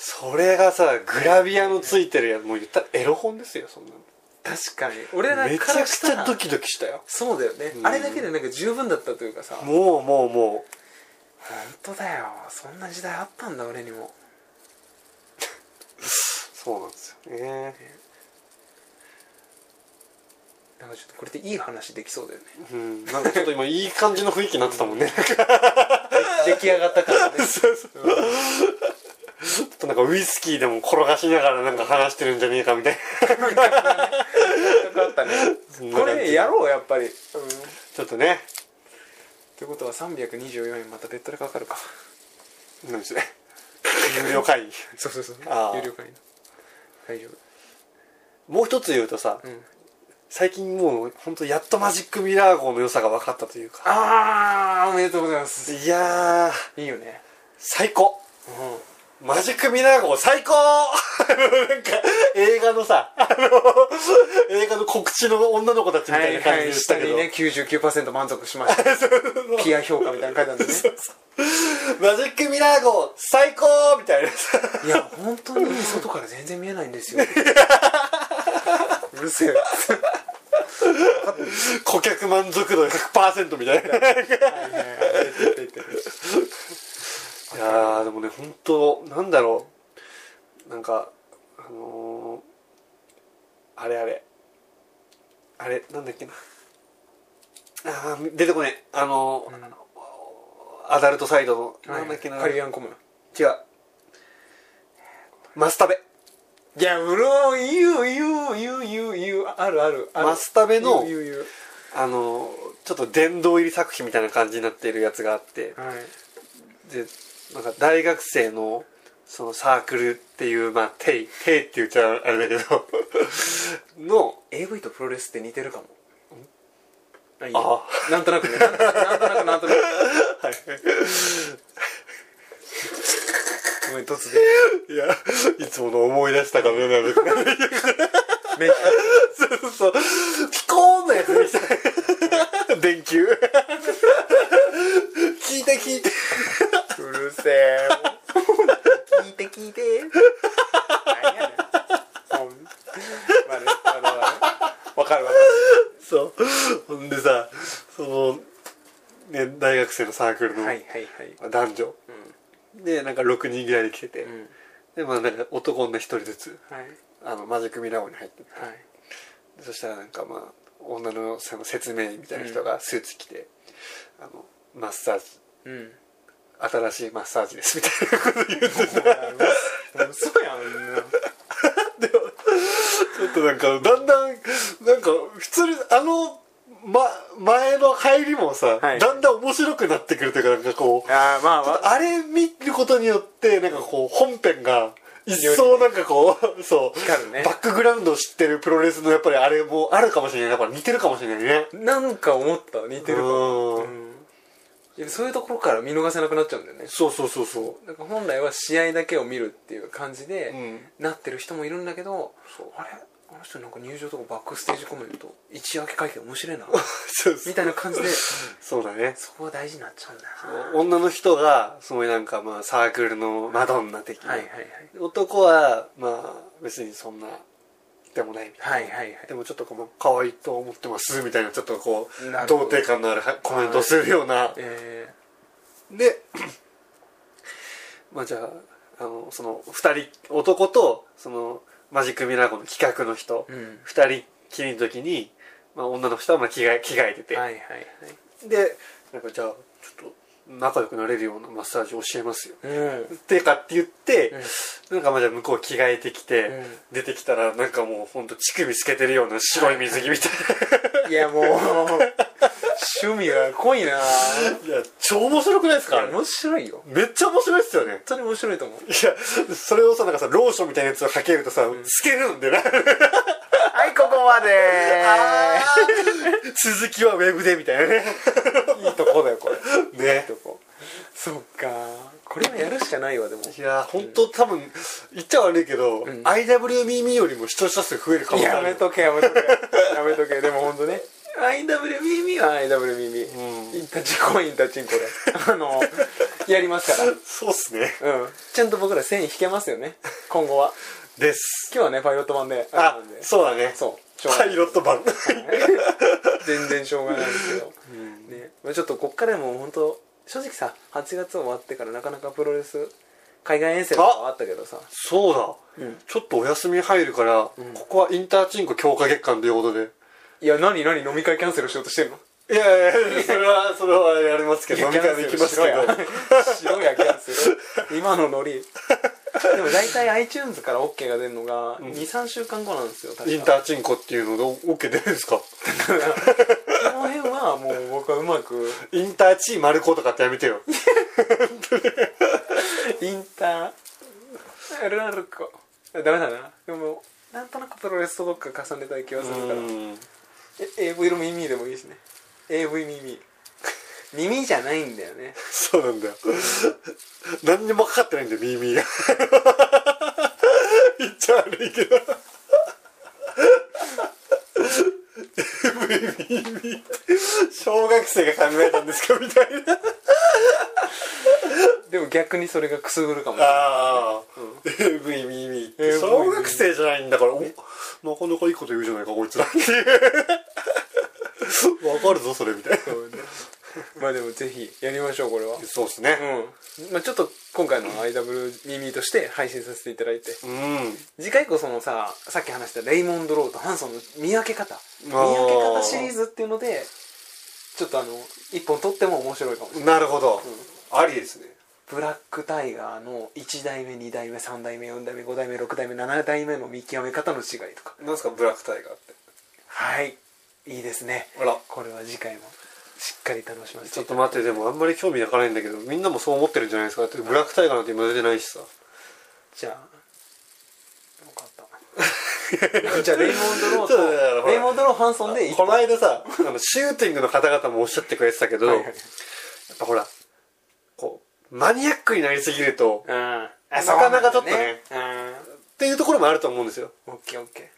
それがさグラビアのついてるやつもう言ったらエロ本ですよそんなの
確かに俺ら
めち
か
ゃ
ら
く
し
ち
た
ゃ
ら
ドキドキしたよ
そうだよね、
うん
あれだけでなんか十分だったというかさ本
もうもうも
当だよそんな時代あったんだ俺にも
うそうなんですよね
なんかちょっとこれでいい話できそうだよね
うんなんかちょっと今いい感じの雰囲気になってたもんねなんか
[LAUGHS] 出来上がったからね
そうそうちょっとなんかウイスキーでも転がしながらなんか話してるんじゃねえかみたい
あったね
な
これや
ろ
ろうやっぱりうん
ちょっとね
ってことは324円また別途でかかるか
何それ有料会議
そうそうそう
あー
有料会員大丈夫
もう一つ言うとさ、
ん
最近もう本当やっとマジックミラー号の良さが分かったというか
ああおめでとうございます
いやー
いいよね
最高
うん
マジックミラー号最高 [LAUGHS] なんか映画のさ、あの、映画の告知の女の子たちみ
は
たい
い
な感
は
じで
い
し
下
たけ
に
ど、
ね99%満足しま [LAUGHS] したピア評価みたいなの書いてあるんだね
マジックミラー号最高みたいなさ、
いや本当に外から全然見えないんですよ [LAUGHS] うるせえ
顧客満足度100%みたいな。いやー、でもね、本当なんだろう。なんか、あのー、あれあれ。あれ、なんだっけな。あー出てこねえ。あのーアダルトサイドの、なんだっけな。
カリビアンコム
違うマスタベ
いやうろう言う言う言う言う言うあるあるある
マスタベの
言う言う言う
あのちょっと殿堂入り作品みたいな感じになっているやつがあって
はい
でなんか大学生のそのサークルっていうまあ「テイ」「テイ」って言っちゃあれだけど [LAUGHS] の
AV とプロレスって似てるかもあいい
あ
よなんとなくねなんとなくなんとなく
はい
ごめん突 [LAUGHS] 然
いやいつもの思い出したかのような
めっち
そうそうピコーンのやつみたい電球聞いて聞いて
ゃ [LAUGHS] うるせえ聞いて聞いて何やねんかるわか
そうほんでさその、ね、大学生のサークル
る
の
はいはいはい
男女、でなんか6人ぐらいで来てて、
うん
でまあなんか男女1人ずつ
はい
あのマジックミラー号に入ってて
はい
でそしたらなんかまあ女のその説明員みたいな人がスーツ着て、あのマッサージ
うん
新しいマッサージですみたいなこと言
[LAUGHS]
って
もう嘘やんみんな
ちょっとなんかだんだんなんか普通にあの、ま、前の入りもさ、
はい
だんだん面白くなってくるというかなんかこう
あーまあ
ちょっ
ま
とあれ見ることによってなんかこう本編が一層なんかこ
[LAUGHS]
うそう
光るね
バックグラウンドを知ってるプロレスのやっぱりあれもあるかもしれないやっぱ似てるかもしれないね
あなんか思った似てるわ
うん
いやそういうところから見逃せなくなっちゃうんだよね
そうそうそうそう
なんか本来は試合だけを見るっていう感じで、
うん
なってる人もいるんだけど
そう
あれあの人なんか入場とかバックステージコメント一夜明け会見面白いな
そうそう
みたいな感じで
そうだね
そこが大事になっちゃうんだよ
女の人がすごいなんかまあサークルのマドンナ的な、
なはいはいはい
男はまあ別にそんなでもないみたいな、
はいはいはい
でもちょっとこの可愛いと思ってますみたいなちょっとこ
な
う
るほ
童
ど
貞感のあるコメントをするような、
え
でまあじゃああのその2人男とそのマジックミラー号の企画の人、
ー、うん
二2人きりの時に、まあ、女の人はまあ着替え着替えてて、
はいはいはい
でなんかじゃあちょっと仲良くなれるようなマッサージ教えますよ
うん
ってかって言って、
うん
なんかまあじゃあ向こう着替えてきて、
うん
出てきたらなんかもうほんと乳首透けてるような白い水着みたい
いやもう趣味が濃いなぁ
な [LAUGHS] いや超面白くないです
い
か
や面白いよ
めっちゃ面白いっすよね
本当に面白いと思う
いやそれをさなんかさローションみたいなやつをかけるとさ、透けるんでな [LAUGHS]
はいここまで
続きはウェブでみたいなね
いいとこだよこれ
ね
とこそうかこれはやるしかないわでも
いや本当多分言っちゃ悪いけど、
ん
IWMM よりも視聴者数増えるかもしれない
やめとけやめとけやめと [LAUGHS] けでも本当ね IWBB は IWBB、
うん
インタチコインタチンコであのやりますから
そうっすね
うんちゃんと僕ら線引けますよ
[LAUGHS]
ね今後は
です
今日はねパイロット版であ
あ
れなんで [LAUGHS]
そうだね
そうしょうが
パ
ない
イロット版
全然しょうがないですけど、ねまあ、ちょっとこっからもう本当正直さ8月終わってからなかなかプロレス海外遠征とかはあったけどさ
[LAUGHS] そうだ、
うん
ちょっとお休み入るから、
ん
ここはインターチンコ強化月間ということで
いや何何飲み会キャンセルしようとしてんの
いやいやいやそれはそれはやりますけど飲み会で行きますけど
白やキ [LAUGHS] ャンセル今のノ
[LAUGHS]
リでも大体 iTunes から OK が出るのが23週間後なんですよ確か
インターチンコっていうので OK 出るんですか
[LAUGHS] その辺はもう僕はうまく
インターチマルコとかってやめてよ
インタールアルコダメだなでもなんとなくプロレスとどっか重ねたい気はするから
うん
え AV の耳でもいいしね AV 耳 [LAUGHS] 耳じゃないんだよね
そうなんだよ何にもかかってないんだよ耳が [LAUGHS] 言っちゃ悪いけど耳小学生が考えたんですかみたいな
でも逆にそれがくすぐるかもしれない
ああ、AV 耳って
AV
小学生じゃないんだからおなかなかいいこと言うじゃないかこいつ [LAUGHS] らっていうわかるぞそれみたいな
そうね [LAUGHS] まあでもぜひやりましょうこれは
そうですね
うん、まあ、ちょっと今回の IWMM として配信させていただいて
うん
次回こそのささっき話したレイモンド・ローとハンソンの見分け方見分け方シリーズっていうのでちょっとあの一本撮っても面白いかもしれない
なるほど、ありですね
ブラックタイガーの1代目2代目3代目4代目5代目6代目7代目の見極め方の違いとか
なんすかブラックタイガーって
はいいいですね
あら
これは次回もしっかり楽しませ
ち
て
ょ
い
ったと
だ
待ってでもあんまり興味なかないんだけどみんなもそう思ってるんじゃないですかだってブラックタイガーなんて今出てないしさ
じゃあよかった [LAUGHS] じゃあレイモンド・ロー
ちょっとだから
と
ほら
レイモンド・ローハンソンで一
この間さあのシューティングの方々もおっしゃってくれてたけど、
はいはい
やっぱほらこうマニアックになりすぎるとっ
あ
あ
そうなんだ
なかなかちょっとね
うん
ていうところもあると思うんですよ
オッケーオッケ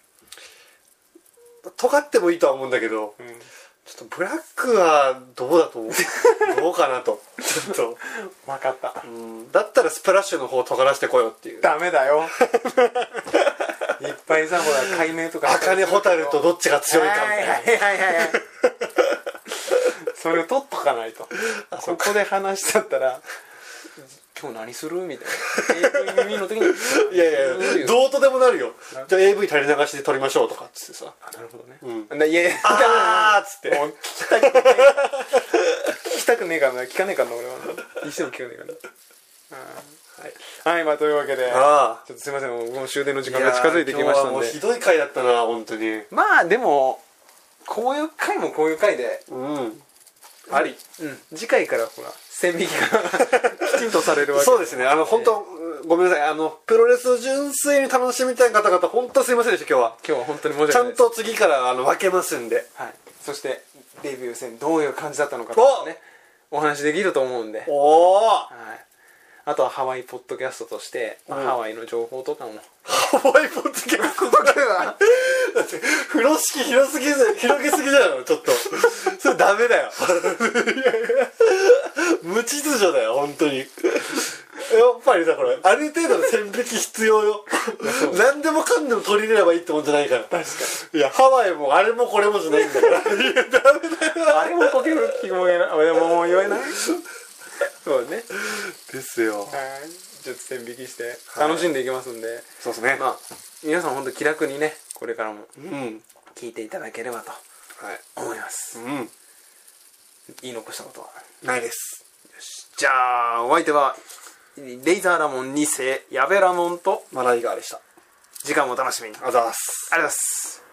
尖ってもいいとは思うんだけど
ー、
ちょっとブラックはどうだと
[LAUGHS]
思うどうかなとちょっと
分かった
[LAUGHS] うんだったらスプラッシュの方を尖らしてこようっていう
ダメだよいっぱいさほら解明とか
茜蛍とどっちが強いかみたいな
はいはいはい
[LAUGHS]
はいはいそれを取っとかないとここで話しちゃったら「今日何する?」みたいな AV の時に「
[LAUGHS] いやいやどうとでもなるよじゃあ AV 垂れ流しで撮りましょうとかっつってさ
あなるほどね、
う
ないやいや
あーっつって
もう聞きたくねえ聞きたくねえからな聞かねえからな俺は一生聞かねえ
[LAUGHS]
からなあーはい、はい、まあというわけで
ああ
ちょっとすいませんもう僕も終電の時間が近づいてきましたん
いやー今日はもう
で
ひどい回だったな本当に
まあでもこういう回もこういう回で、
うんあり
うん、次回からほら線引きがきちんとされるわけ
そうですねあの本当ごめんなさいあのプロレスを純粋に楽しみたい方々本当すいませんでした今日は
今日は本当に申し
ち
訳
ゃ
ない
ん
です
と次からあの分けますんで
はい、そしてデビュー戦どういう感じだったのか
お
ねお話できると思うんで
おお
はい、あとはハワイポッドキャストとして、まあ
うん
ハワイの情報とかも
ハワイポッドキャストとかだって風呂敷広すぎず広げすぎじゃないのちょっとそれダメだよ無秩序だよ本当にやっぱりさこれある程度の線引き必要よ何でもかんでも取り入れればいいってもんじゃないから確かにいやハワイもあれもこれもじゃないんだからいやダメだ
[LAUGHS]
よ
あれもこける気も言えないあでももう言えない [LAUGHS] そうね
です
は
よ
いちょっと線引きして楽しんでいきますんで、
そうですね
まあ皆さん本当気楽にねこれからも
うんはい
聞いていただければと思います
うん
言い残したことは
ないです
じゃあお相手はレイザーラモン2世矢部ラモンと
マライガーでした
時間をお楽しみにありがとう
あざーす
ございます